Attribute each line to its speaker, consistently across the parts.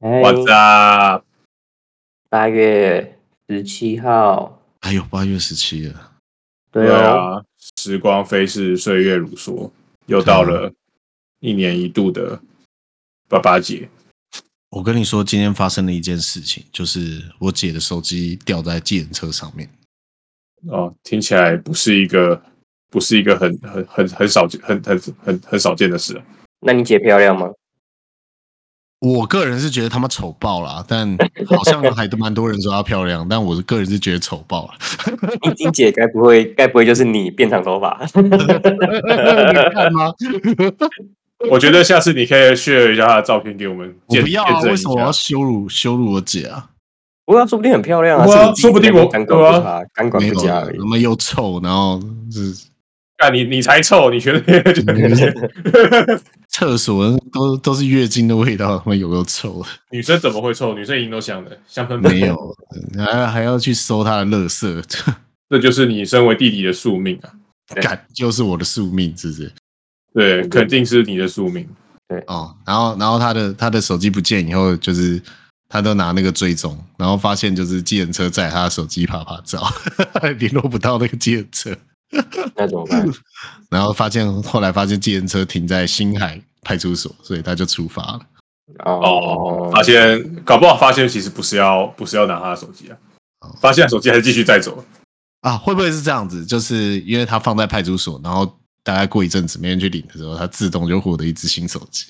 Speaker 1: 哎
Speaker 2: What's up？
Speaker 1: 八月十七号，
Speaker 3: 哎呦，八月十七了，
Speaker 1: 对哦，
Speaker 2: 啊，时光飞逝，岁月如梭，又到
Speaker 3: 嗯
Speaker 2: 了一年一度的爸爸节。
Speaker 3: 我跟你说，今天发生了一件事情，就是我姐的手机掉在计程车上面。
Speaker 2: 哦，听起来不是一个，不是一个很很很很少见、很很很很少见的事啊。
Speaker 1: 那你姐漂 亮吗？
Speaker 3: 我个人是觉得他妈丑爆了，啊但好像还都蛮多人说她漂亮，但我个人是觉得丑 爆了。
Speaker 1: 你你姐该不会该不会就是你变长 头发？
Speaker 3: 你看吗？
Speaker 2: 我觉得下次你可以 share 一下他的照片给我们
Speaker 3: 我
Speaker 2: 见
Speaker 3: 不要
Speaker 2: 见
Speaker 3: 啊！
Speaker 2: 证一
Speaker 3: 为什么我
Speaker 2: 下
Speaker 3: 要。羞辱羞辱我姐啊？
Speaker 1: 不过说不定很漂亮啊，
Speaker 2: 对啊
Speaker 1: 是你自己
Speaker 2: 说不定我啊
Speaker 1: 干管不察，干管
Speaker 3: 没
Speaker 1: 不
Speaker 3: 有
Speaker 1: 加
Speaker 3: 啊，
Speaker 1: 而已
Speaker 3: 他。妈又臭，然后是
Speaker 2: 干你你才臭，你觉得？
Speaker 3: 厕所都都是月经的味道，他妈有够臭的。
Speaker 2: 女生怎么会臭？女生一定都香的，香喷喷。
Speaker 3: 没有，还还要去收她的垃圾，
Speaker 2: 这就是你身为弟弟的宿命啊！
Speaker 3: 干就是我的宿命，是不是？
Speaker 2: 对，肯定是你的宿命。
Speaker 3: 哦，然后然后他的他的手机不见以后，就是他都拿那个追踪，然后发现就是计程车载他的手机啪啪照， 联络不到那个计程车，啊
Speaker 1: 那怎么办？
Speaker 3: 然后发现后来发现计程车停在新海派出所，所以他就出发了。
Speaker 2: 哦，发现搞不好发现其实不是要不是要拿他的手机啊
Speaker 3: 哦，
Speaker 2: 发现手机还是继续带走。
Speaker 3: 啊，会不会是这样子？就是因为他放在派出所，然后大概过一阵子没人去领的时候，他自动就获得一只新手机。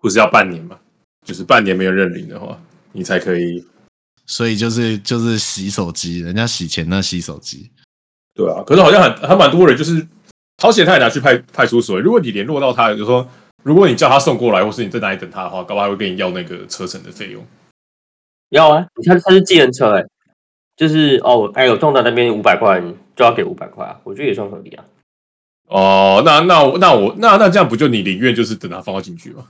Speaker 2: 不是要半年嘛？就是半年没有认领的话，你才可以。
Speaker 3: 所以就是就是洗手机，人家洗钱那洗手机，
Speaker 2: 对啊，可是好像很还蛮多人就是，好险他也拿去派派出所。如果你联络到他，就是说如果你叫他送过来，或是你在哪里等他的话，搞不好还会跟你要那个车程的费用。
Speaker 1: 要啊，他他是计程车哎、就是哦，哎，有撞到那边五百块，你就要给五百块啊，我觉得也算合理啊。
Speaker 2: 哦，那那我那我那那这样不就你宁愿就是等他放到警局吗？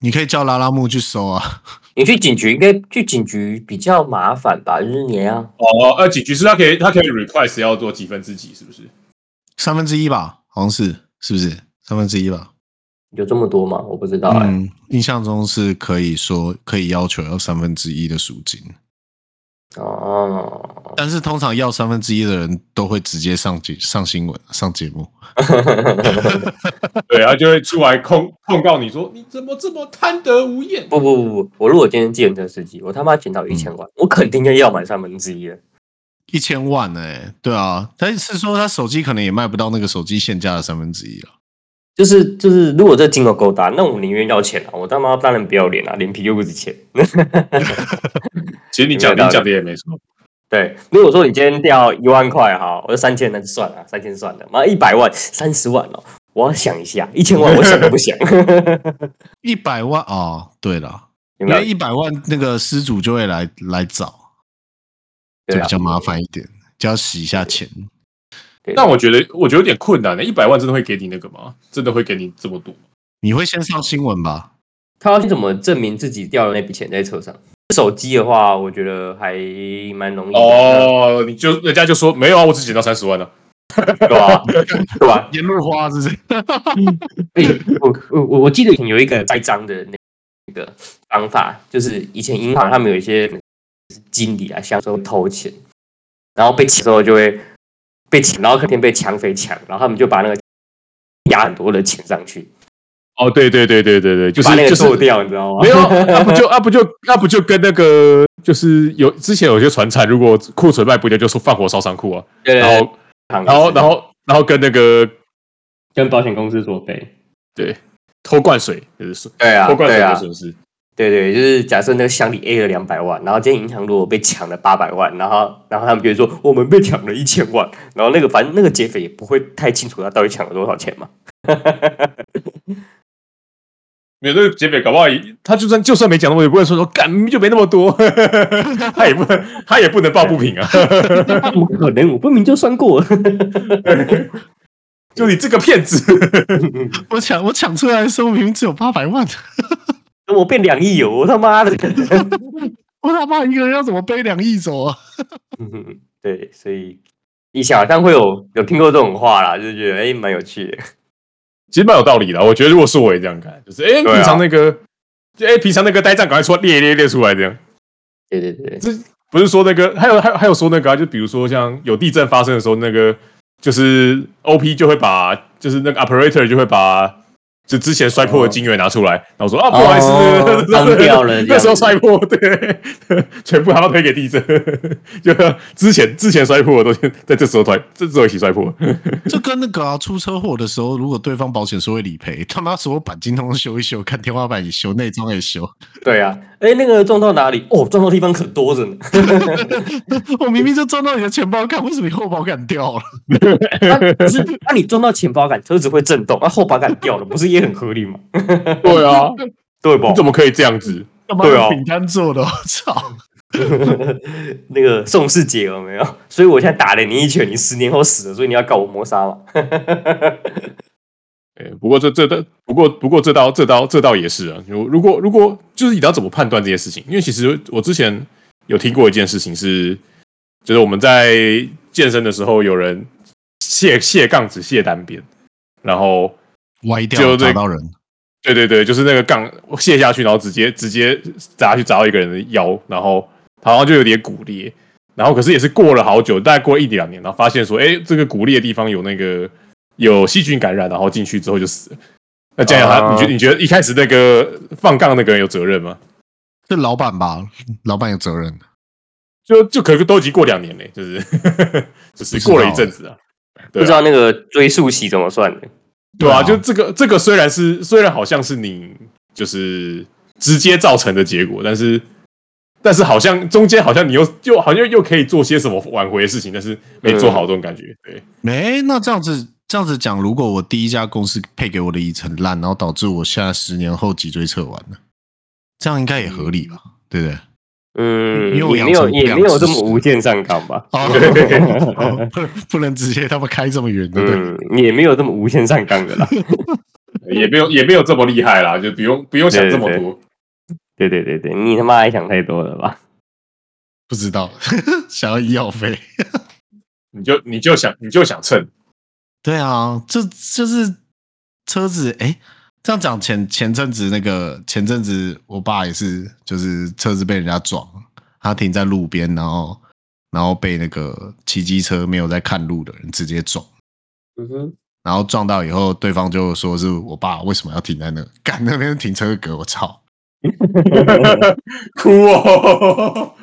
Speaker 3: 你可以叫拉拉木去收啊。
Speaker 1: 你去警局应该去警局比较麻烦吧，就是你要
Speaker 2: 哦，呃，警局是他可以他可以 request 要做几分之几， 是不是？
Speaker 3: 三分之一吧，好像是，是不是三分之一吧？
Speaker 1: 有这么多吗？我不知道哎、
Speaker 3: 嗯，印象中是可以说可以要求要三分之一的赎金，
Speaker 1: 哦，
Speaker 3: 但是通常要三分之一的人都会直接上节上新闻上节目。
Speaker 2: 对，他就会出来控控告你说你怎么这么贪得无厌。
Speaker 1: 不不不不，我如果今天计程车司机，我他妈捡到一
Speaker 3: 嗯
Speaker 1: 千万，我肯定就要买三分之一了。
Speaker 3: 一千万哎、对啊，但是说他手机可能也卖不到那个手机现价的三分之一了。
Speaker 1: 就是就是，如果这金额够大，那我宁愿要钱啊！我他妈当然不要脸啊，脸皮又不值钱。
Speaker 2: 其实你讲你讲的也没错，
Speaker 1: 对，如果说你今天掉一万块哈，我就三千那就算了，三千算了。妈一百万、三十万哦，我要想一下，一千万我想都不想。
Speaker 3: 一百万哦，对了，
Speaker 1: 有
Speaker 3: 因
Speaker 1: 没有
Speaker 3: 为？一百万那个失主就会来来找，就
Speaker 1: 对
Speaker 3: 比
Speaker 1: 啊
Speaker 3: 较，麻烦一点，就要洗一下钱。
Speaker 1: 对
Speaker 2: 但我觉得我觉得有点困难的、一百万真的会给你那个吗？真的会给你这么多吗？
Speaker 3: 你会先上新闻吧？
Speaker 1: 他要去怎么证明自己掉的那笔钱在车上？手机的话，我觉得还蛮容易的，
Speaker 2: 哦，你就人家就说没有啊，我只捡到三十万呢、
Speaker 1: 对吧？对吧？
Speaker 3: 沿路花是不是？
Speaker 1: 哎、我我我我记得以前有一个栽赃的那那个方法，就是以前银行他们有一些经理啊，想说偷钱，然后被抢之后就会被抢，然后肯定被抢匪抢，然后他们就把那个压很多的钱上去，
Speaker 2: 哦，对对对对对对，就是
Speaker 1: 把那个
Speaker 2: 就是
Speaker 1: 做掉，你知道吗？
Speaker 2: 没有，啊那、不就那、不就那、不就跟那个就是有之前有些船产，如果库存卖不掉，就说放火烧仓库啊，
Speaker 1: 对，对
Speaker 2: 然后
Speaker 1: 对
Speaker 2: 然后然后然后跟那个
Speaker 1: 跟保险公司索赔。
Speaker 2: 对偷灌水就是
Speaker 1: 对啊，
Speaker 2: 偷灌水
Speaker 1: 对
Speaker 2: 的
Speaker 1: 啊，
Speaker 2: 损失。
Speaker 1: 对对，就是假设那个乡里 A 了两百万，然后今天银行如果被抢了八百万，然后然后他们就会说我们被抢了一千万，然后那个反正那个劫匪也不会太清楚他到底抢了多少钱嘛。
Speaker 2: 没有这个劫匪，搞不好也他就算就算没讲那么多，也不会说说干明明就没那么 多，他也不能他也不能抱不平啊。
Speaker 1: 怎么可能？我分明就算过了。
Speaker 2: 就你这个骗子，
Speaker 3: 我抢我抢出来的时候明明只有八百万，
Speaker 1: 等我变两亿有，我他妈的！
Speaker 3: 我他妈一个人要怎么背两亿走啊？
Speaker 1: 嗯，对，所以以前好像会有有听过这种话啦，就是觉得哎蛮、有趣的。
Speaker 2: 其实蛮有道理的啊。我觉得如果是我也这样干，就是哎、
Speaker 1: 对啊
Speaker 2: 平常那个，哎、平常那个呆账赶快出来列列列出来这样。
Speaker 1: 对对对，
Speaker 2: 不是说那个，还有还有还有说那个、啊，就比如说像有地震发生的时候，那个就是 OP 就会把就是那个 operator 就会把就之前摔破的金元拿出来，然后说啊不好意思，
Speaker 1: 哦当掉了
Speaker 2: 那时候摔破，对， 全部他都推给地震， 就之前之前摔破的都先在这时候摔，这时候一起摔破，
Speaker 3: 就跟那个啊，出车祸的时候，如果对方保险说会理赔， 他妈所有钣金通通修一修，看天花板也修，内装也修。
Speaker 1: 对啊，哎、那个撞到哪里？哦，撞到地方可多着呢。
Speaker 3: 我明明就撞到你的钱包干，为什么你后保杆掉了？
Speaker 1: 啊不是，那、你撞到前保杆，车子会震动，那、啊后保杆掉了，不是也很合理吗？
Speaker 2: 对啊，
Speaker 1: 对吧
Speaker 2: 你？怎么可以这样子？
Speaker 3: 干嘛
Speaker 1: 对啊
Speaker 3: 用饼干做的？我操！
Speaker 1: 那个宋世杰有没有？所以我现在打了你一拳，你十年后死了，所以你要告我谋杀嘛？
Speaker 2: 哎、不过这这这，不过不过这刀这刀这刀也是啊。如如果如果就是你要怎么判断这些事情？因为其实我之前有听过一件事情是，就是我们在健身的时候，有人卸卸杠子卸单边，然后
Speaker 3: 歪
Speaker 2: 就
Speaker 3: 掉
Speaker 2: 这
Speaker 3: 砸到人，
Speaker 2: 对对对，就是那个杠卸下去，然后直接直接砸下去砸到一个人的腰，然后他好像就有点骨裂，然后可是也是过了好久，大概过了一两年，然后发现说，哎，这个骨裂的地方有那个有细菌感染，然后进去之后就死了。那这样他，
Speaker 4: 啊
Speaker 2: 你觉得你觉得一开始那个放杠那个人有责任吗？
Speaker 3: 是老板吧？老板有责任。
Speaker 2: 就就可是都已经过两年嘞，就是 就是过了一阵子啊，对
Speaker 1: 不
Speaker 2: 啊
Speaker 1: 知道那个追溯期怎么算的？
Speaker 2: 对啊，
Speaker 3: 对
Speaker 2: 就
Speaker 3: 啊
Speaker 2: 这个这个虽然是虽然好像是你就是直接造成的结果，但是但是好像中间好像你又又好像又可以做些什么挽回的事情，但是没做好这种感觉。对，
Speaker 3: 没，那这样子这样子讲，如果我第一家公司配给我的椅子很烂，然后导致我现在十年后脊椎侧弯了，这样应该也合理吧？对不对？
Speaker 1: 嗯，
Speaker 3: 因为我
Speaker 1: 也
Speaker 3: 养
Speaker 1: 没有
Speaker 3: 成不
Speaker 1: 也
Speaker 3: 良
Speaker 1: 没有
Speaker 3: 知
Speaker 1: 这
Speaker 3: 识
Speaker 1: 么无限上纲吧？
Speaker 3: 哦，哦不能不能直接他们开这么远，对不对？
Speaker 1: 嗯，也没有这么无限上纲的啦。
Speaker 2: 也 没有也没有这么厉害啦，就不用不用想这么
Speaker 1: 对对
Speaker 2: 多。
Speaker 1: 对对对对，你他妈还想太多了吧？
Speaker 3: 不知道，想要医药费。
Speaker 2: 你就你就想你就想蹭，
Speaker 3: 对啊，这就是车子哎。这样讲前前阵子那个前阵子我爸也是，就是车子被人家撞，他停在路边，然后然后被那个骑机车没有在看路的人直接撞，
Speaker 1: 嗯哼，
Speaker 3: 然后撞到以后，对方就说是我爸为什么要停在那？ 干那边停车格，我操！
Speaker 2: 哭哦！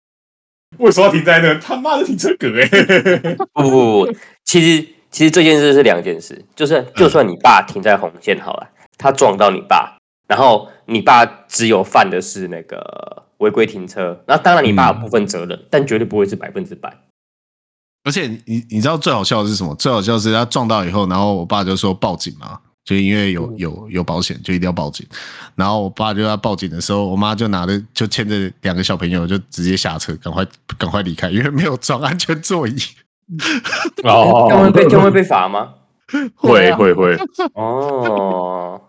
Speaker 2: 为什么要停在那？他妈的停车格哎、欸！
Speaker 1: 不不不不，其实其实这件事是两件事，就是就算你爸停在红线好了，他撞到你爸，然后你爸只有犯的是那个违规停车，那当然你爸有部分责任，但绝对不会是百分之百。
Speaker 3: 而且你你知道最好笑的是什么？最好笑的是他撞到以后，然后我爸就说报警嘛，就因为有有有保险，就一定要报警。然后我爸就要报警的时候，我妈就拿着就牵着两个小朋友就直接下车，赶快赶快离开，因为没有装安全座椅。
Speaker 2: 哦
Speaker 1: 这样会被这样会被罚吗？
Speaker 2: 会
Speaker 3: 啊
Speaker 2: 会会，
Speaker 1: 哦。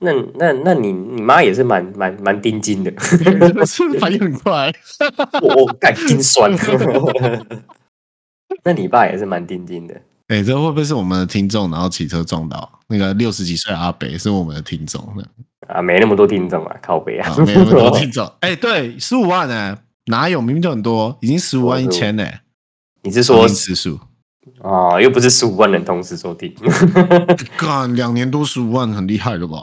Speaker 1: 那那那你你妈也是蛮蛮蛮盯紧的，
Speaker 3: 真的是反应很快。
Speaker 1: 我我感心酸。那你爸也是蛮盯紧的，
Speaker 3: 哎、这会不会是我们的听众？然后骑车撞到那个六十几岁的阿北是我们的听众呢？
Speaker 1: 啊，没那么多听众啊，靠背啊
Speaker 3: 啊，，没有没有听众。哎、对，十五万呢、哪有？明明就很多，已经十五万一千呢、
Speaker 1: 你是
Speaker 3: 收
Speaker 1: 说
Speaker 3: 听次数，
Speaker 1: 啊，又不是十五万人同时 收听，
Speaker 3: 干两年多十五万，很厉害了吧？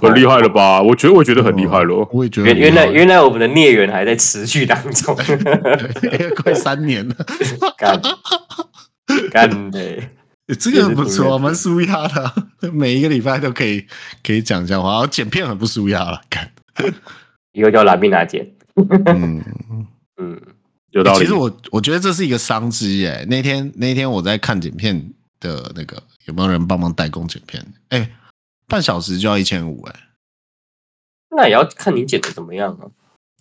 Speaker 2: 很厉害了吧？我觉得我觉得很厉害咯。
Speaker 3: 我也觉得
Speaker 1: 原
Speaker 3: 很厉害
Speaker 1: 原来原来我们的孽缘还在持续当中，
Speaker 3: 对快三年了，
Speaker 1: 干干的，
Speaker 3: 这个很不错，蛮舒压的啊、每一个礼拜都可以可以讲笑话，然后剪片很不舒压了，干。
Speaker 1: 以后叫拉米娜姐，
Speaker 3: 嗯，
Speaker 1: 嗯，
Speaker 2: 有道理。
Speaker 3: 哎其实我我觉得这是一个商机哎、那天那天我在看剪片的那个有没有人帮忙代工剪片？哎、半小时就要一千五，哎，
Speaker 1: 那也要看你剪的怎么样啊。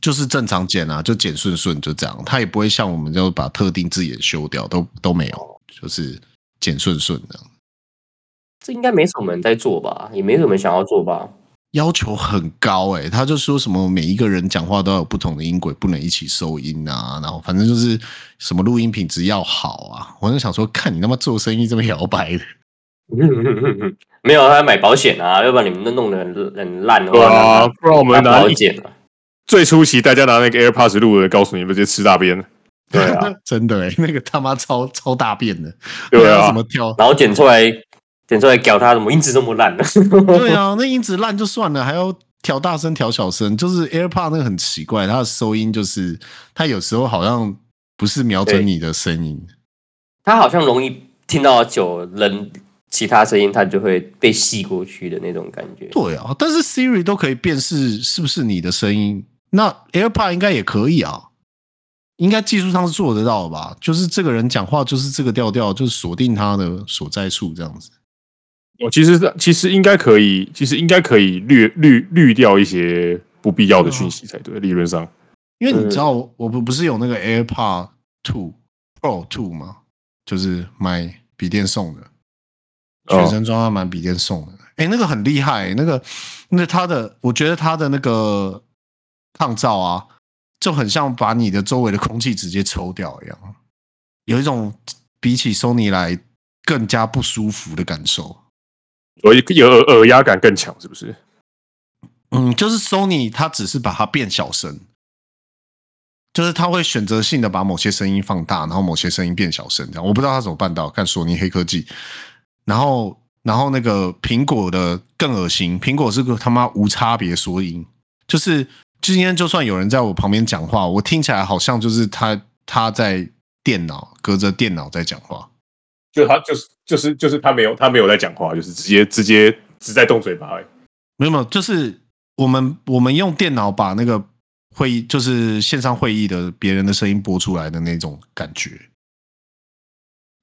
Speaker 3: 就是正常剪啊，就剪顺顺就这样，它也不会像我们就把特定字眼修掉，都都没有，就是剪顺顺这样。
Speaker 1: 这应该没什么人在做吧，也没什么人想要做吧。
Speaker 3: 要求很高哎、他就说什么每一个人讲话都要有不同的音轨，不能一起收音啊，然后反正就是什么录音品质要好啊。我就想说，看你他妈做生意这么摇摆的，
Speaker 1: 没有，他买保险啊，要不然你们都弄得很很烂的
Speaker 2: 对啊
Speaker 1: 话，，
Speaker 2: 不然我
Speaker 1: 那
Speaker 2: 们
Speaker 1: 拿
Speaker 2: 拿
Speaker 1: 保
Speaker 2: 一
Speaker 1: 险啊。
Speaker 2: 最初期大家拿那个 AirPods 录的，告诉你们直接吃大便。
Speaker 1: 对啊，
Speaker 3: 真的哎、那个他妈超超大便的，
Speaker 2: 对
Speaker 3: 那要
Speaker 2: 啊
Speaker 3: 怎，么挑？
Speaker 1: 然后剪出来，剪出来屌他怎么音质这么烂呢？
Speaker 3: 对啊，那音质烂就算了，还要调大声调小声，就是 AirPod 那个很奇怪，它的收音就是它有时候好像不是瞄准
Speaker 1: 对
Speaker 3: 你的声音，
Speaker 1: 他好像容易听到酒人其他声音，他就会被吸过去的那种感觉。
Speaker 3: 对啊，但是 Siri 都可以辨识是不是你的声音，那 AirPod 应该也可以啊，应该技术上是做得到的吧？就是这个人讲话就是这个调调，就是锁定他的所在处这样子。
Speaker 2: 我哦其实其实应该可以，其实应该可以滤滤滤掉一些不必要的讯息才对，理论上。
Speaker 3: 因为你知道，我不不是有那个 AirPod Two Pro Two 吗？就是买笔电送的，
Speaker 2: 哦
Speaker 3: 学生装要买笔电送的。哎、那个很厉害、那个那它的，我觉得它的那个抗噪啊，就很像把你的周围的空气直接抽掉一样，有一种比起 Sony 来更加不舒服的感受。
Speaker 2: 有有耳耳压感更强，是不是？
Speaker 3: 嗯，就是 Sony 它只是把它变小声，就是它会选择性的把某些声音放大，然后某些声音变小声，这样我不知道它怎么办到，看索尼黑科技。然后，然后那个苹果的更恶心，苹果是个他妈无差别缩音，就是今天就算有人在我旁边讲话，我听起来好像就是他他在电脑隔着电脑在讲话。
Speaker 2: 就他就是就是就是他没有他没有在讲话，就是直接直接只在动嘴巴而已。
Speaker 3: 没有没有，就是我们我们用电脑把那个会议，就是线上会议的别人的声音播出来的那种感觉，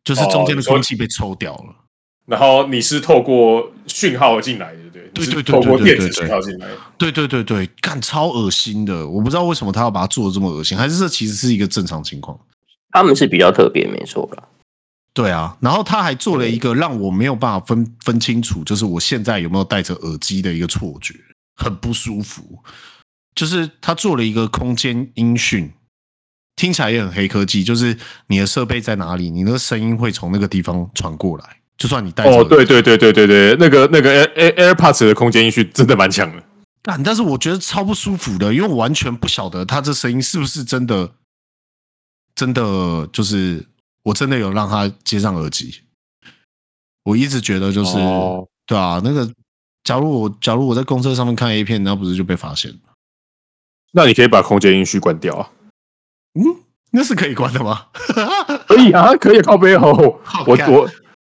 Speaker 3: 就是中
Speaker 2: 哦
Speaker 3: 间
Speaker 2: 你
Speaker 3: 的
Speaker 2: 说
Speaker 3: 空气被抽掉了。
Speaker 2: 然后你是透过讯号进来的，对不对？你
Speaker 3: 对
Speaker 2: 是
Speaker 3: 对对
Speaker 2: 透过
Speaker 3: 对对
Speaker 2: 电子
Speaker 3: 对对
Speaker 2: 讯号进来的。
Speaker 3: 对对对对，干超恶心的，我不知道为什么他要把它做的这么恶心，还是这其实是一个正常情况。
Speaker 1: 他们是比较特别，没错 啦。
Speaker 3: 对啊，然后他还做了一个让我没有办法分分清楚，就是我现在有没有戴着耳机的一个错觉，很不舒服。就是他做了一个空间音讯，听起来也很黑科技，就是你的设备在哪里，你那个声音会从那个地方传过来，就算你戴着
Speaker 2: 哦，
Speaker 3: 耳机
Speaker 2: 对对对对对对，那个那个 Air Air AirPods 的空间音讯真的蛮强的。
Speaker 3: 干，但是我觉得超不舒服的，因为我完全不晓得他这声音是不是真的，真的就是我真的有让他接上耳机。我一直觉得就是、
Speaker 2: 哦
Speaker 3: 对啊，那个假如我假如我在公车上面看 A 片，那不是就被发现了？
Speaker 2: 那你可以把空间音讯关掉啊？
Speaker 3: 嗯，那是可以关的吗？
Speaker 2: 可以啊，可以靠背哦。
Speaker 3: 好
Speaker 2: 我
Speaker 3: 干
Speaker 2: 我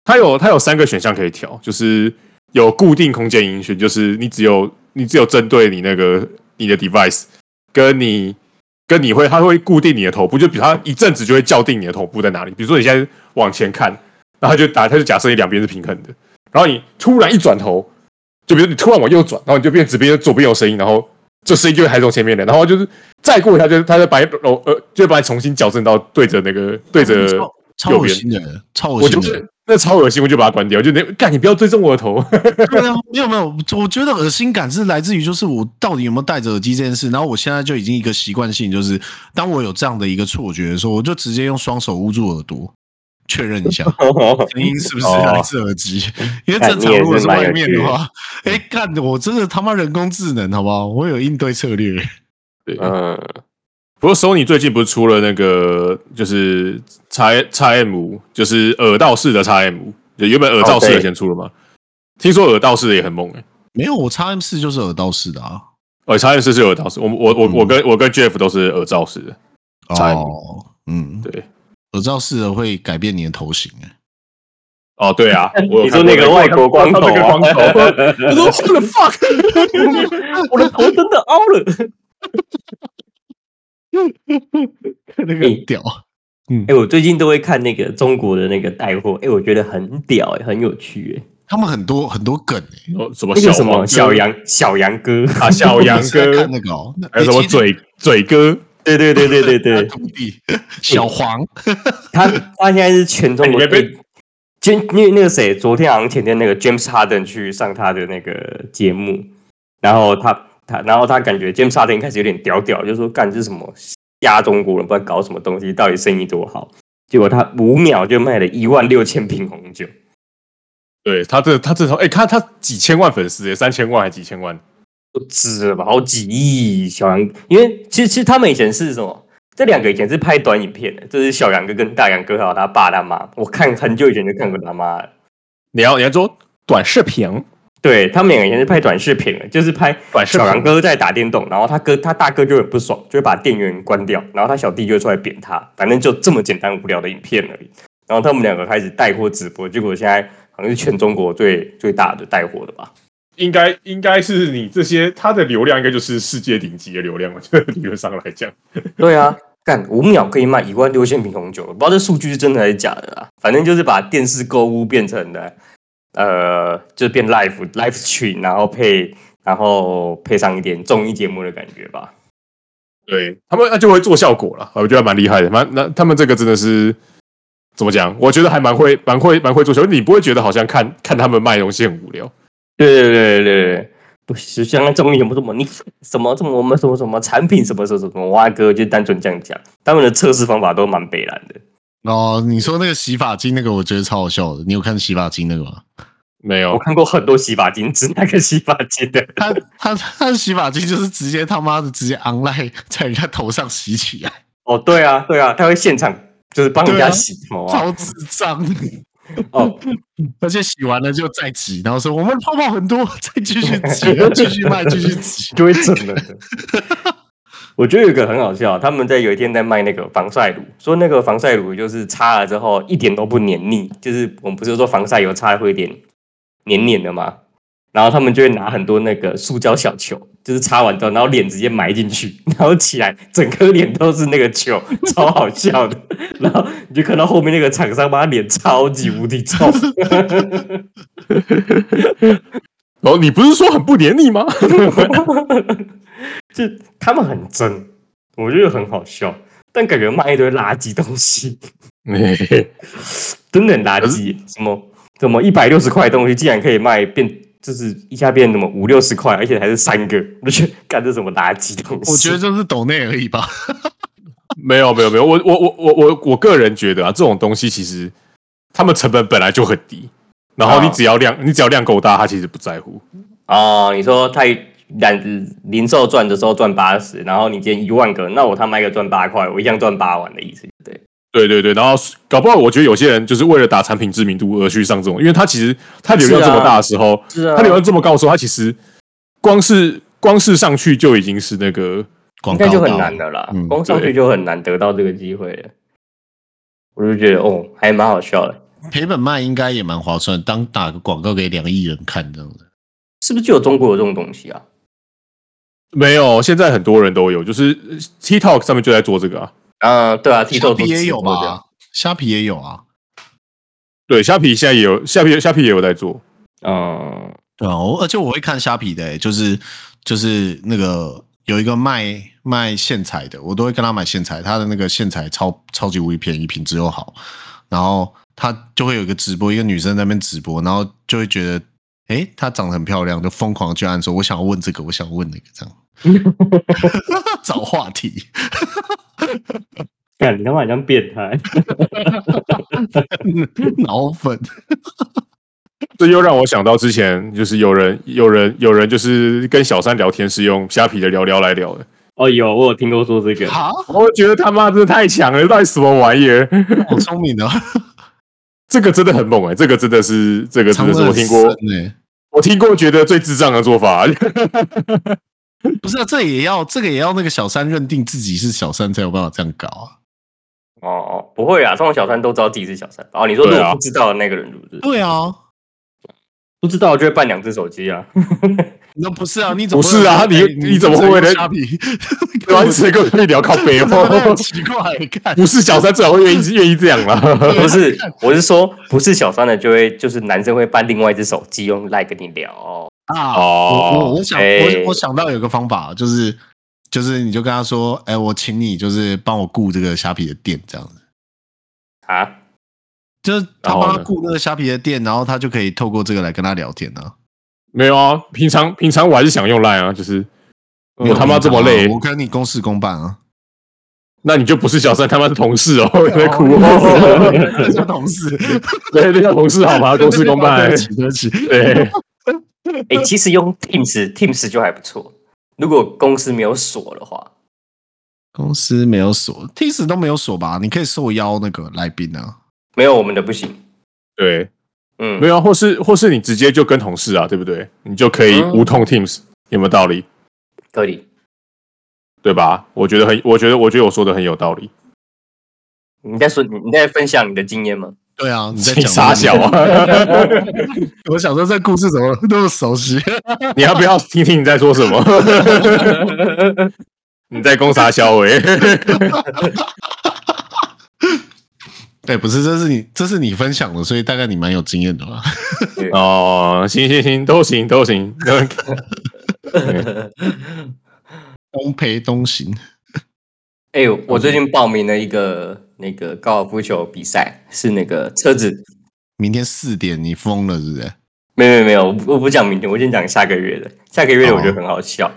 Speaker 2: 它有它有三个选项可以调，就是有固定空间音讯，就是你只有你只有针对你那个你的 device 跟你跟你会它会固定你的头部，就比它一阵子就会校定你的头部在哪里。比如说你现在往前看，然后它就打它就假设你两边是平衡的，然后你突然一转头，就比如你突然往右转，然后你就变左边左边有声音，然后这声音就会还从前面的，然后就是再过一下就它就把你揉呃就把你重新矫正到对着那个对着
Speaker 3: 超
Speaker 1: 哦
Speaker 3: 超
Speaker 2: 右
Speaker 3: 恶
Speaker 2: 边
Speaker 3: 心的，超
Speaker 2: 我
Speaker 3: 恶
Speaker 2: 就
Speaker 3: 心
Speaker 2: 是
Speaker 3: 的。
Speaker 2: 那超恶心，我就把它关掉。就那干，你不要追踪我的头。
Speaker 3: 对啊，没有没有，我觉得恶心感是来自于就是我到底有没有戴着耳机这件事。然后我现在就已经一个习惯性，就是当我有这样的一个错觉的时候，我就直接用双手捂住耳朵，确认 一下声音是不是
Speaker 2: 哦
Speaker 3: 来自耳机。因为正常如果是外面的话，哎，干我真的他妈人工智能好不好？我有应对策略。
Speaker 2: 对，
Speaker 1: 嗯，
Speaker 2: 不过 Sony 最近不是出了那个就是 X X M 五，就是耳道式的 X M 五，就原本耳罩式的
Speaker 1: 对
Speaker 2: 先出了嘛。听说耳道式的也很猛诶、欸，
Speaker 3: 没有，我叉 M 四就是耳道式的啊。
Speaker 2: 哦，X M 四是有耳道式，我我我
Speaker 3: 嗯
Speaker 2: 我跟我跟 Jeff 都是耳罩式的。叉 M
Speaker 3: 哦，嗯，
Speaker 2: 对，
Speaker 3: 耳罩式的会改变你的头型哎。
Speaker 2: 哦，对 啊，我有
Speaker 1: 你
Speaker 2: 看
Speaker 1: 说那个
Speaker 2: 过
Speaker 1: 外国光 头
Speaker 2: 我看到那个光头，
Speaker 1: 啊，
Speaker 2: 我说 What the fuck？
Speaker 1: 我的头真的凹了。 个
Speaker 3: 那很
Speaker 1: 很
Speaker 3: 屌，
Speaker 1: 哎、我最近都会看那个中国的那个带货，哎、我觉得很屌、哎，很有趣、哎，
Speaker 3: 他们很多很多梗欸诶、
Speaker 2: 哦什么
Speaker 1: 那个什
Speaker 2: 黄
Speaker 1: 么
Speaker 2: 哥
Speaker 1: 小杨小杨哥，
Speaker 2: 啊，小
Speaker 3: 我
Speaker 2: 杨
Speaker 3: 每次在
Speaker 2: 哥
Speaker 3: 看，那个哦，那
Speaker 2: 还有什么嘴嘴哥，
Speaker 1: 对对对对对对，
Speaker 3: 徒弟 小黄，
Speaker 1: 他他现在是全中国
Speaker 2: 哎你没被
Speaker 1: 最。就那那个谁，昨天好像前天那个 James Harden 去上他的那个节目，然后他他然后他感觉 James Harden 一开始有点屌屌，就说干这是什么压中国人，不知道搞什么东西，到底生意多好。结果他五秒就卖了一万六千瓶红酒，
Speaker 2: 对他这他这从哎，他他几千万粉丝耶，三千万还几千万，
Speaker 1: 不止了吧，好几亿小杨。因为其实其实他们以前是什么？这两个以前是拍短影片的，这是小杨哥跟大杨哥还有他爸他妈。我看很久以前就看过他妈了。
Speaker 2: 你要你要做短视频，
Speaker 1: 对他们两个以前是拍短视频的，就是拍
Speaker 2: 短视频
Speaker 1: 小杨哥在打电动，然后他哥他大哥就很不爽，就会把电源关掉，然后他小弟就会出来扁他，反正就这么简单无聊的影片而已。然后他们两个开始带货直播，结果现在好像是全中国最最大的带货的吧？
Speaker 2: 应该应该是你这些他的流量应该就是世界顶级的流量，我觉得理论上来讲，
Speaker 1: 对啊，干五秒可以卖一万六千瓶红酒，我不知道这数据是真的还是假的啊。反正就是把电视购物变成了呃，就变 live live stream，然后配然后配上一点综艺节目的感觉吧。
Speaker 2: 对他们那就会做效果了，我觉得蛮厉害的，蛮那他们这个真的是。怎么讲？我觉得还蛮会、蛮会、蛮会做效果。你不会觉得好像看看他们卖东西很无聊？
Speaker 1: 对对对对对对，不是像那综艺什么什么，你什么什么我们什么什么产品什么什么什么，蛙哥就单纯这样讲，他们的测试方法都蛮北蓝的。
Speaker 3: 哦，你说那个洗发精那个，我觉得超好笑的。你有看洗发精那个吗？
Speaker 2: 没有
Speaker 1: 我，看过很多洗发精，只那个洗发精的，
Speaker 3: 他他他的洗发精就是直接他妈的直接 online 在人家头上洗起来，
Speaker 1: 哦，对啊对啊，他会现场就是帮人
Speaker 3: 对
Speaker 1: 家
Speaker 3: 啊
Speaker 1: 洗头啊，
Speaker 3: 超智障 的。
Speaker 1: 哦，
Speaker 3: 而且洗完了就再挤，然后说我们泡泡很多，再继续挤， 然后继续卖，继续 挤。
Speaker 1: 就会整人的。我觉得有一个很好笑，他们在有一天在卖那个防晒乳，说那个防晒乳就是擦了之后一点都不黏腻，就是我们不是说防晒油擦会有点黏黏的吗？然后他们就会拿很多那个塑胶小球，就是擦完之后，然后脸直接埋进去， 然后起来整颗脸都是那个球， 超好笑的。 然后你就看到后面那个厂商把他脸超级无敌臭，
Speaker 2: 然后哦你不是说很不黏腻吗？
Speaker 1: 就他们很真，我觉得很好笑，但感觉卖一堆垃圾东西，真的很垃圾。什么什么一百六十块的东西，竟然可以卖变，就是一下变什么五六十块，而且还是三个，我就觉得干这什么垃圾东西。
Speaker 3: 我觉得就是抖内而已吧。
Speaker 2: 没有没有没有，我我我我我我个人觉得啊，这种东西其实他们成本本来就很低，然后
Speaker 1: 啊
Speaker 2: 你只要量、你只要量够大，他其实不在乎。
Speaker 1: 哦，你说太零零售赚的时候赚八十，然后你今天一万个，那我他妈一个赚八块，我一样赚八万的意思，对。
Speaker 2: 对对对，然后搞不好我觉得有些人就是为了打产品知名度而去上这种，因为他其实他流量
Speaker 1: 是
Speaker 2: 这
Speaker 1: 啊
Speaker 2: 么大的时候，
Speaker 1: 是啊
Speaker 2: 他流量这么高的时候，他其实光是光是上去就已经是那个
Speaker 3: 广
Speaker 1: 应
Speaker 3: 告
Speaker 1: 该就很
Speaker 3: 到
Speaker 1: 难的啦，
Speaker 3: 嗯
Speaker 1: 光上去
Speaker 2: 对
Speaker 1: 就很难得到这个机会了。我就觉得哦，还蛮好笑的，
Speaker 3: 赔本卖应该也蛮划算，当打个广告给两亿人看这样子。
Speaker 1: 是不是只有中国有这种东西啊？
Speaker 2: 没有，现在很多人都有，就是呃 TikTok 上面就在做这个啊。
Speaker 1: 嗯，对啊，剃
Speaker 3: 虾
Speaker 1: 头
Speaker 3: 皮也有吧？？虾皮也有啊。
Speaker 2: 对，虾皮现在也有，虾皮虾皮也有在做。
Speaker 1: 嗯，
Speaker 3: 对啊，我而且我会看虾皮的、欸，就是就是那个有一个卖卖线材的，我都会跟他买线材，他的那个线材超超级无敌便宜，品质又好，然后他就会有一个直播，一个女生在那边直播，然后就会觉得，诶、她长得很漂亮，就疯狂地去按说，我想要问这个，我想要问那个，这样 找话题，
Speaker 1: 干你他妈好像变态。
Speaker 3: 脑粉，
Speaker 2: 这又让我想到之前，就是有人、有人、有人，就是跟小三聊天是用虾皮的聊聊来聊的。
Speaker 1: 哦，有我有听过说这个，
Speaker 3: 好，
Speaker 2: 我觉得他妈真的太强了，到底什么玩意儿？
Speaker 3: 好聪明哦，
Speaker 2: 这个真的很猛哎、这个真的是， 这个真的是我听过，
Speaker 3: 呢、
Speaker 2: 我听过觉得最智障的做法。
Speaker 3: 不是啊，这也要这个也要那个小三认定自己是小三才有办法这样搞啊。
Speaker 1: 哦哦，不会啊，通常小三都知道自己是小三。哦，你说如
Speaker 2: 对啊
Speaker 1: 果不知道的那个人是不是？
Speaker 3: 对啊，
Speaker 1: 不知道就会办两只手机啊。
Speaker 3: 那不是啊，你怎么
Speaker 2: 不是啊你 你怎么会为了
Speaker 3: 虾皮？
Speaker 2: 对 啊，你只能跟我去聊靠北
Speaker 3: 很
Speaker 2: 哦。
Speaker 3: 奇怪，看
Speaker 2: 不是小三最好会愿意愿意这样啦。
Speaker 1: 不是，
Speaker 3: 啊
Speaker 1: 我是说，不是小三的就会，就是男生会办另外一只手机用来跟你聊、
Speaker 3: 啊，我我
Speaker 2: 哦，
Speaker 3: 我想
Speaker 1: 哎
Speaker 3: 我我想到有个方法，就是就是你就跟他说，哎，我请你就是帮我雇这个虾皮的店这样子。
Speaker 1: 啊。
Speaker 3: 就是他
Speaker 2: 然后
Speaker 3: 帮他
Speaker 2: 呢
Speaker 3: 雇那个虾皮的店，然后他就可以透过这个来跟他聊天啊。
Speaker 2: 没有啊，平常平常我还是想用 Line 啊，就是
Speaker 3: 嗯
Speaker 2: 我哦他妈这么累，
Speaker 3: 我跟你公事公办啊，
Speaker 2: 那你就不是小三他妈是同事哦，我在哭哦，
Speaker 3: 这叫同事，
Speaker 2: 对，那叫同事好吗？公事公办
Speaker 3: 对，不起，对不起
Speaker 2: 对，
Speaker 1: 哎、其实用 Teams Teams 就还不错，如果公司没有锁的话，
Speaker 3: 公司没有锁，Teams 都没有锁吧？你可以受邀那个来宾啊。
Speaker 1: 没有我们的不行。
Speaker 2: 对，
Speaker 1: 嗯，
Speaker 2: 没有啊，或是或是你直接就跟同事啊，对不对？你就可以
Speaker 1: 嗯
Speaker 2: 无痛 Teams，有没有道理？
Speaker 1: 可以。
Speaker 2: 对吧？我觉得很，我觉得我觉得我说的很有道理。
Speaker 1: 你在说你你在分享你的经验吗？
Speaker 3: 对啊，你在
Speaker 2: 你
Speaker 3: 讲
Speaker 2: 傻小
Speaker 3: 啊！
Speaker 2: 啊！
Speaker 3: 我想说这故事怎么那么熟悉？
Speaker 2: 你要不要听听你在说什么？ 你在攻傻小伟？
Speaker 3: 对，不是，这是你这是你分享的，所以大概你蛮有经验的吧？
Speaker 2: 哦，行行行，都行都行。
Speaker 3: 东陪东行，
Speaker 1: 哎、我最近报名了一个那个高尔夫球比赛，是那个车子。
Speaker 3: 明天四点你疯了是不是？
Speaker 1: 没有没有没有，我不我不讲明天，我先讲下个月的。下个月
Speaker 2: 哦
Speaker 1: 的我觉得很好笑。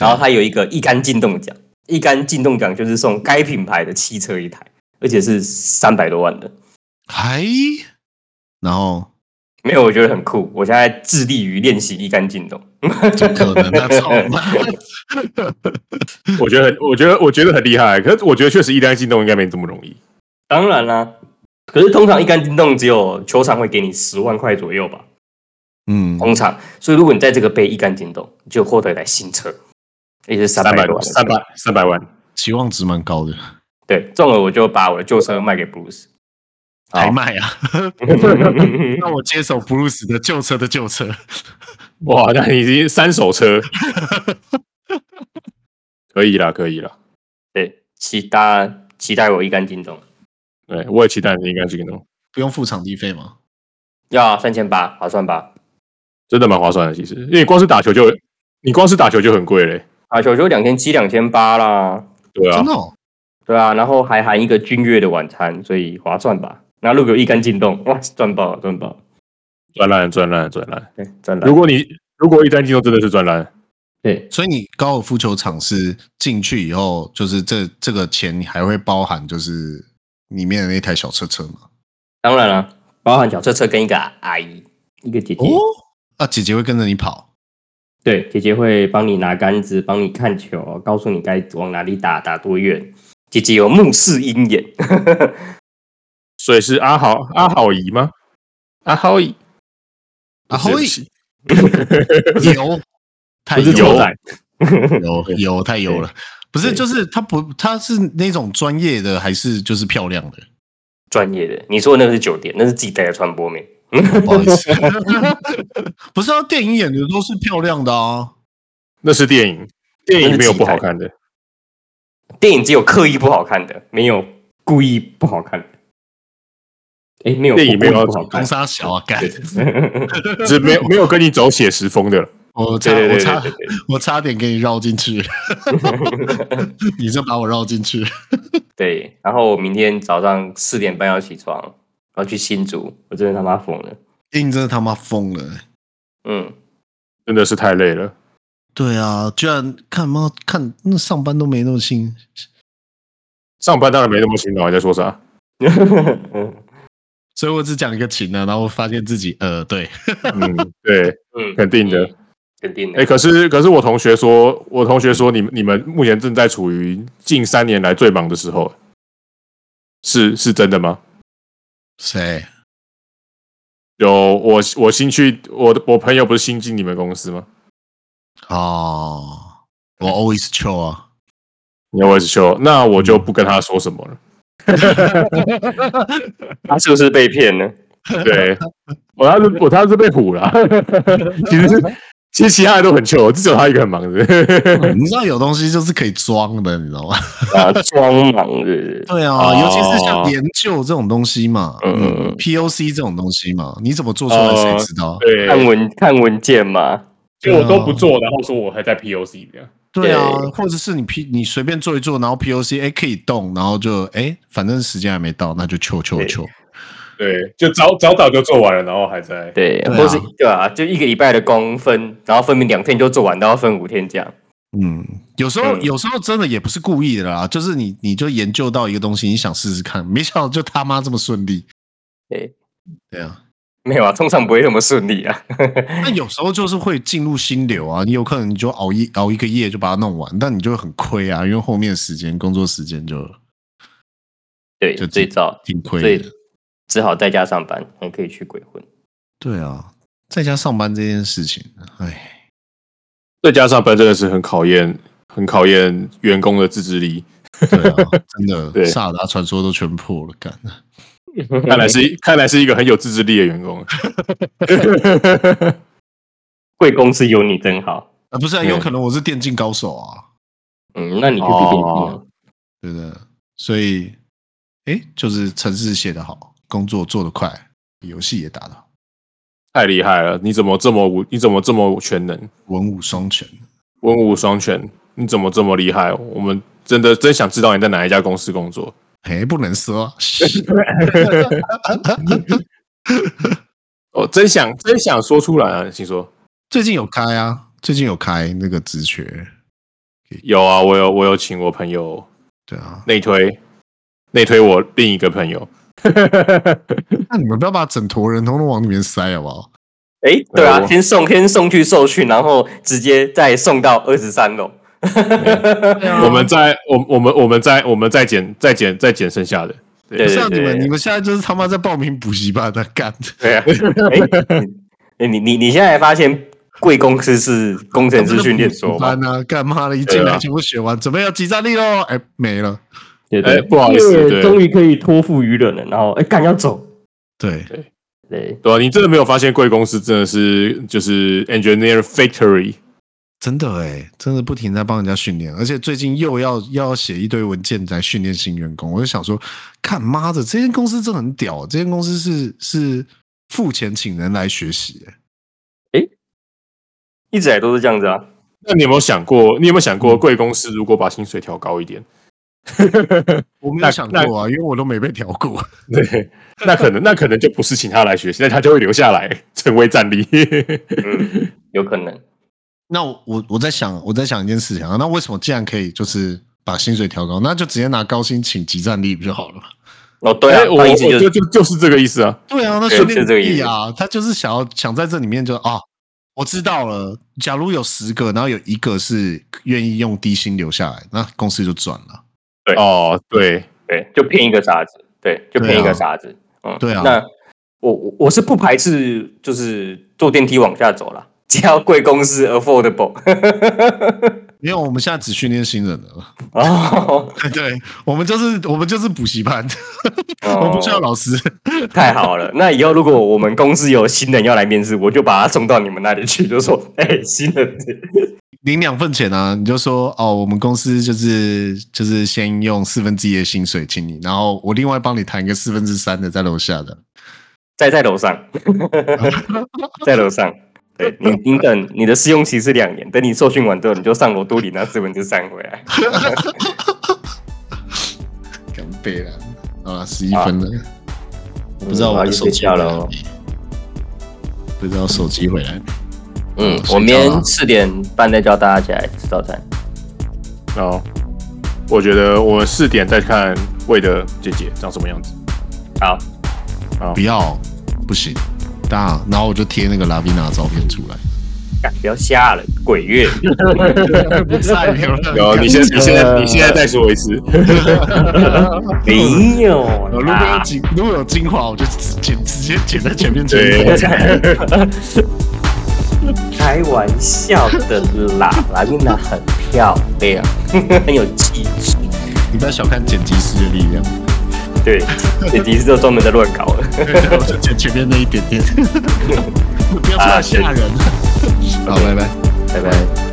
Speaker 1: 然后它有一个一杆进洞奖，一杆进洞奖就是送该品牌的汽车一台，而且是三百多万的。
Speaker 3: 还然后
Speaker 1: 没有，我觉得很酷。我现在致力于练习一杆进洞。
Speaker 3: 怎么可能那操 妈！
Speaker 2: 我觉得很，我觉得我觉得很厉害，可是我觉得确实一单进洞应该没这么容易。
Speaker 1: 当然啦、可是通常一杆进洞只有球场会给你十万块左右吧，
Speaker 3: 嗯，
Speaker 1: 通常。所以如果你在这个杯一杆进洞，你就获得一台新车，也是三
Speaker 2: 三
Speaker 1: 百
Speaker 2: 百
Speaker 1: 多万。
Speaker 2: 三百三百万，
Speaker 3: 期望值蛮高的，
Speaker 1: 对，中了我就把我的旧车卖给 Bruce。
Speaker 3: 还卖啊！那我接手布鲁斯的旧车的旧车，
Speaker 2: 哇！那你已经三手 车，可以啦，可以啦。
Speaker 1: 对，期待期待我一杆进洞，
Speaker 2: 对，我也期待你应该去弄，
Speaker 3: 不用付场地费吗？
Speaker 1: 要三千八，划算吧？
Speaker 2: 真的蛮划算的。其实，因为光是打球就，你光是打球就很贵嘞。
Speaker 1: 啊，球球两千七、两千八啦，
Speaker 2: 对啊
Speaker 3: 真，的哦，
Speaker 1: 对啊，然后还含一个君悦的晚餐，所以划算吧？然后如果有一杆进洞，哇，赚爆了，赚爆了，
Speaker 2: 赚烂赚烂赚烂。
Speaker 1: 对，赚了
Speaker 2: 如。果你如果一单进洞真的是赚烂，
Speaker 1: 对，
Speaker 3: 所以你高尔夫球场是进去以后，就是这这个钱你还会包含就是里面的那台小车车吗？
Speaker 1: 当然了、包含小车车跟一个阿姨，一个姐姐。
Speaker 2: 哦
Speaker 3: 啊，姐姐会跟着你跑，
Speaker 1: 对，姐姐会帮你拿杆子，帮你看球，告诉你该往哪里打，打多远。姐姐有目视鹰眼，
Speaker 2: 所以是阿豪阿豪姨吗？阿豪姨
Speaker 3: 啊，
Speaker 2: 不
Speaker 3: 会
Speaker 2: 是
Speaker 3: 油，太
Speaker 2: 不是
Speaker 3: 油
Speaker 2: 牛
Speaker 3: 了
Speaker 2: 仔，
Speaker 3: 油油太油了。不是，
Speaker 1: 对
Speaker 3: 就是他不，他是那种专业的，还是就是漂亮 的？
Speaker 1: 专业的。你说的那个是酒店，那是自己带的传播妹。
Speaker 3: 不好意思，不是啊，电影演的都是漂亮的啊。
Speaker 2: 那是电影，电影没有不好看的。
Speaker 1: 电影只有刻意不好看的，没有故意不好看的。哎，没有
Speaker 2: 电影
Speaker 1: 不故意
Speaker 2: 没有
Speaker 1: 不好看
Speaker 3: 东。沙小啊，干！
Speaker 2: 只没有没有跟你走写实风的，
Speaker 3: 我差
Speaker 1: 对对
Speaker 3: 我
Speaker 1: 对对
Speaker 3: 差
Speaker 1: 对对
Speaker 3: 我差点给你绕 进去，你这把我绕进去。
Speaker 1: 对。然后我明天早上四点半要起床，要去新竹，我真的他妈疯了。
Speaker 3: 硬真的他妈疯了欸、
Speaker 1: 嗯，
Speaker 2: 真的是太累了。
Speaker 3: 对啊，居然看妈看那上班都没那么轻，
Speaker 2: 上班当然没那么辛劳，你在说啥？
Speaker 1: 嗯
Speaker 3: 所以我只讲一个情啊，然后发现自己呃，对，
Speaker 2: 嗯，对，
Speaker 1: 嗯
Speaker 2: 肯定的，
Speaker 1: 肯定的。
Speaker 2: 哎、可是可是我同学说，我同学说你们你们目前正在处于近三年来最忙的时候，是是真的吗？
Speaker 3: 谁？
Speaker 2: 有我我新去我的我朋友不是新进你们公司吗？
Speaker 3: 哦，我 always chill 啊，
Speaker 2: 你要我是说，那我就不跟他说什么了。
Speaker 1: 他是不是被骗呢？
Speaker 2: 对，我他是我他是被唬了， 其实是其实其他人都很糗，只有他一个很忙的嗯
Speaker 3: 你知道有东西就是可以装的，你知道吗？
Speaker 1: 啊，装忙的，
Speaker 3: 对啊，
Speaker 2: 哦
Speaker 3: 尤其是像研究这种东西嘛，
Speaker 1: 嗯
Speaker 3: 嗯，POC 哦这种东西嘛，你怎么做出来谁知
Speaker 1: 看
Speaker 3: 道？
Speaker 2: 对，嗯
Speaker 1: 文看文件嘛，
Speaker 2: 就我都不做，然后说我还在 POC 这样。
Speaker 3: 对啊
Speaker 1: 对，
Speaker 3: 或者是你 P 你随便做一做，然后 POC 哎可以动，然后就哎反正时间还没到，那就求求
Speaker 1: 对
Speaker 3: 求，
Speaker 2: 对，就早早早就做完了，然后还在
Speaker 1: 对，
Speaker 3: 对啊
Speaker 1: 或是一个啊，就一个礼拜的工分，然后分明两天就做完，都要分五天这样。
Speaker 3: 嗯，有时候
Speaker 1: 嗯
Speaker 3: 有时候真的也不是故意的啦，就是你你就研究到一个东西，你想试试看，没想到就他妈这么顺利。
Speaker 1: 对，
Speaker 3: 对啊，
Speaker 1: 没有啊，通常不会那么顺利啊。
Speaker 3: 那有时候就是会进入心流啊，你有可能你就熬一熬一个夜就把它弄完，但你就会很亏啊，因为后面时间工作时间就
Speaker 1: 对，
Speaker 3: 就
Speaker 1: 最早
Speaker 3: 挺亏
Speaker 1: 最
Speaker 3: 的。
Speaker 1: 只好在家上班，还可以去鬼 混。
Speaker 3: 对啊，在家上班这件事情，哎，
Speaker 2: 再加上班真的是很考验，很考验员工的自制力。
Speaker 3: 对啊，真的，
Speaker 2: 对
Speaker 3: 《萨尔达传说》都全破了，干。
Speaker 2: 看来是看来是一个很有自制力的员工。
Speaker 1: 贵公司有你真好。
Speaker 3: 啊，不是、啊，
Speaker 2: 对
Speaker 3: 有可能我是电竞高手啊，
Speaker 1: 嗯，那你去 PPT 啊
Speaker 2: 哦
Speaker 3: 对不对？所以，哎，就是城市写得好，工作做得快，游戏也打得好，
Speaker 2: 太厉害了！你怎么这么无？你怎么这么全能？
Speaker 3: 文武双全。
Speaker 2: 文武双全，你怎么这么厉害？我们真的真想知道你在哪一家公司工作。
Speaker 3: 哎，不能说啊，
Speaker 2: 哦，真想真想说出来啊！请说。
Speaker 3: 最近有开啊，最近有开那个职缺，
Speaker 2: 有啊，我有我有请我朋友
Speaker 3: 对啊，
Speaker 2: 内推，内推我另一个朋 友。
Speaker 3: 那你们不要把整坨人通通往里面塞好不好？
Speaker 1: 哎，对啊，
Speaker 2: 我
Speaker 1: 先送先送去受训，然后直接再送到二十三楼。
Speaker 2: 我们在我我们我们在我们在捡再捡再捡剩下的。
Speaker 3: 不
Speaker 1: 对
Speaker 3: 是啊，
Speaker 1: 对
Speaker 3: 你们
Speaker 1: 对
Speaker 3: 你们现在就是他妈在报名补习班在干，
Speaker 2: 对啊，
Speaker 1: 哎，你你你你现在发现贵公司是工程师训练所 吗？
Speaker 3: 班啊，干嘛的？一进
Speaker 2: 对
Speaker 3: 来
Speaker 2: 啊
Speaker 3: 全部学完，准备要集战力喽，哎，没了，
Speaker 1: 对
Speaker 2: 哎不好意思
Speaker 1: 耶
Speaker 2: 对
Speaker 1: 终于可以托付于人了。然后哎，干要走，
Speaker 3: 对，
Speaker 1: 对，
Speaker 2: 对啊，你真的没有发现贵公司真的是就是 engineer factory，
Speaker 3: 真的哎、真的不停在帮人家训练，而且最近又要又要写一堆文件来训练新员工。我就想说，看妈的，这间公司真的很屌，这间公司是是付钱请人来学习、欸，
Speaker 1: 一直以来都是这样子啊。
Speaker 2: 那你有没有想过？你有没有想过，贵公司如果把薪水调高一点，
Speaker 3: 我没
Speaker 2: 那
Speaker 3: 有想过啊，因为我都没被调过。
Speaker 2: 对，那可能那可能就不是请他来学习，但他就会留下来 成为战力。
Speaker 1: 嗯，有可能。
Speaker 3: 那我我我在想，我在想一件事情啊，那为什么既然可以就是把薪水调高，那就直接拿高薪请集战力不就好了嘛？
Speaker 1: 哦，对啊
Speaker 2: 哎，我
Speaker 1: 他
Speaker 2: 我
Speaker 1: 意思
Speaker 2: 就
Speaker 1: 就是
Speaker 2: 就就是这个意思啊。
Speaker 3: 对啊，那
Speaker 1: 对
Speaker 3: 训
Speaker 1: 是
Speaker 3: 练
Speaker 1: 这个
Speaker 3: 力
Speaker 1: 意思
Speaker 3: 啊，他就是想要想在这里面就啊，我知道了。假如有十个，然后有一个是愿意用低薪留下来，那公司就赚了。
Speaker 1: 对
Speaker 2: 哦，对，
Speaker 1: 对，就骗一个傻子，对，就骗一个傻子。嗯，
Speaker 3: 啊对啊
Speaker 1: 那我我我是不排斥，就是坐电梯往下走啦，只要贵公司 affordable。
Speaker 3: 因为我们现在只训练新人了，
Speaker 1: 哦，
Speaker 3: 对我们就是我们就是补习班，我们不需
Speaker 1: 哦
Speaker 3: 要老师。
Speaker 1: 太好了。那以后如果我们公司有新人要来面试，我就把他送到你们那里去，就说：“哎、新人，
Speaker 3: 领两份钱啊，你就说哦，我们公司就是就是先用四分之一的薪水请你，然后我另外帮你谈一个四分之三的在楼下的。
Speaker 1: 在在楼上， 在楼上。”对你，你等你的试用期是两年，等你受训完之后，你就上楼多领那四分之三回来。
Speaker 3: 干杯了，好了，十一
Speaker 1: 啊
Speaker 3: 分了，不知道
Speaker 1: 嗯
Speaker 3: 我
Speaker 1: 要
Speaker 3: 的
Speaker 1: 去
Speaker 3: 手
Speaker 1: 睡
Speaker 3: 机
Speaker 1: 觉
Speaker 3: 回
Speaker 1: 了
Speaker 3: 来
Speaker 1: 哦
Speaker 3: 没。不知道手机回来没。
Speaker 1: 嗯
Speaker 3: 睡，觉
Speaker 1: 我明
Speaker 3: 啊
Speaker 1: 天四点半再叫大家起来吃早餐。
Speaker 2: 哦，我觉得我们四点再看魏的姐姐长什么样子。
Speaker 1: 好，
Speaker 3: 不要，不行，大家，然后我就贴那个拉比娜的照片出来。
Speaker 1: 干不要瞎了，鬼 月。
Speaker 3: 嗯
Speaker 2: 有，你先，你现在，你现在再说一次。
Speaker 1: 没有
Speaker 3: 如果有
Speaker 1: 啦，
Speaker 3: 精，如果有精华，我就直剪直接剪在前面剪。
Speaker 2: 对，
Speaker 1: 开玩笑的啦， 拉米娜很 漂亮，很有气质。
Speaker 3: 你不要小看剪辑师的力量。
Speaker 1: 对，剪辑是都专门在乱搞了。
Speaker 3: 然后就剪前面 那
Speaker 1: 啊
Speaker 3: 一点点，不要这么吓人。好，拜拜。
Speaker 1: 拜拜。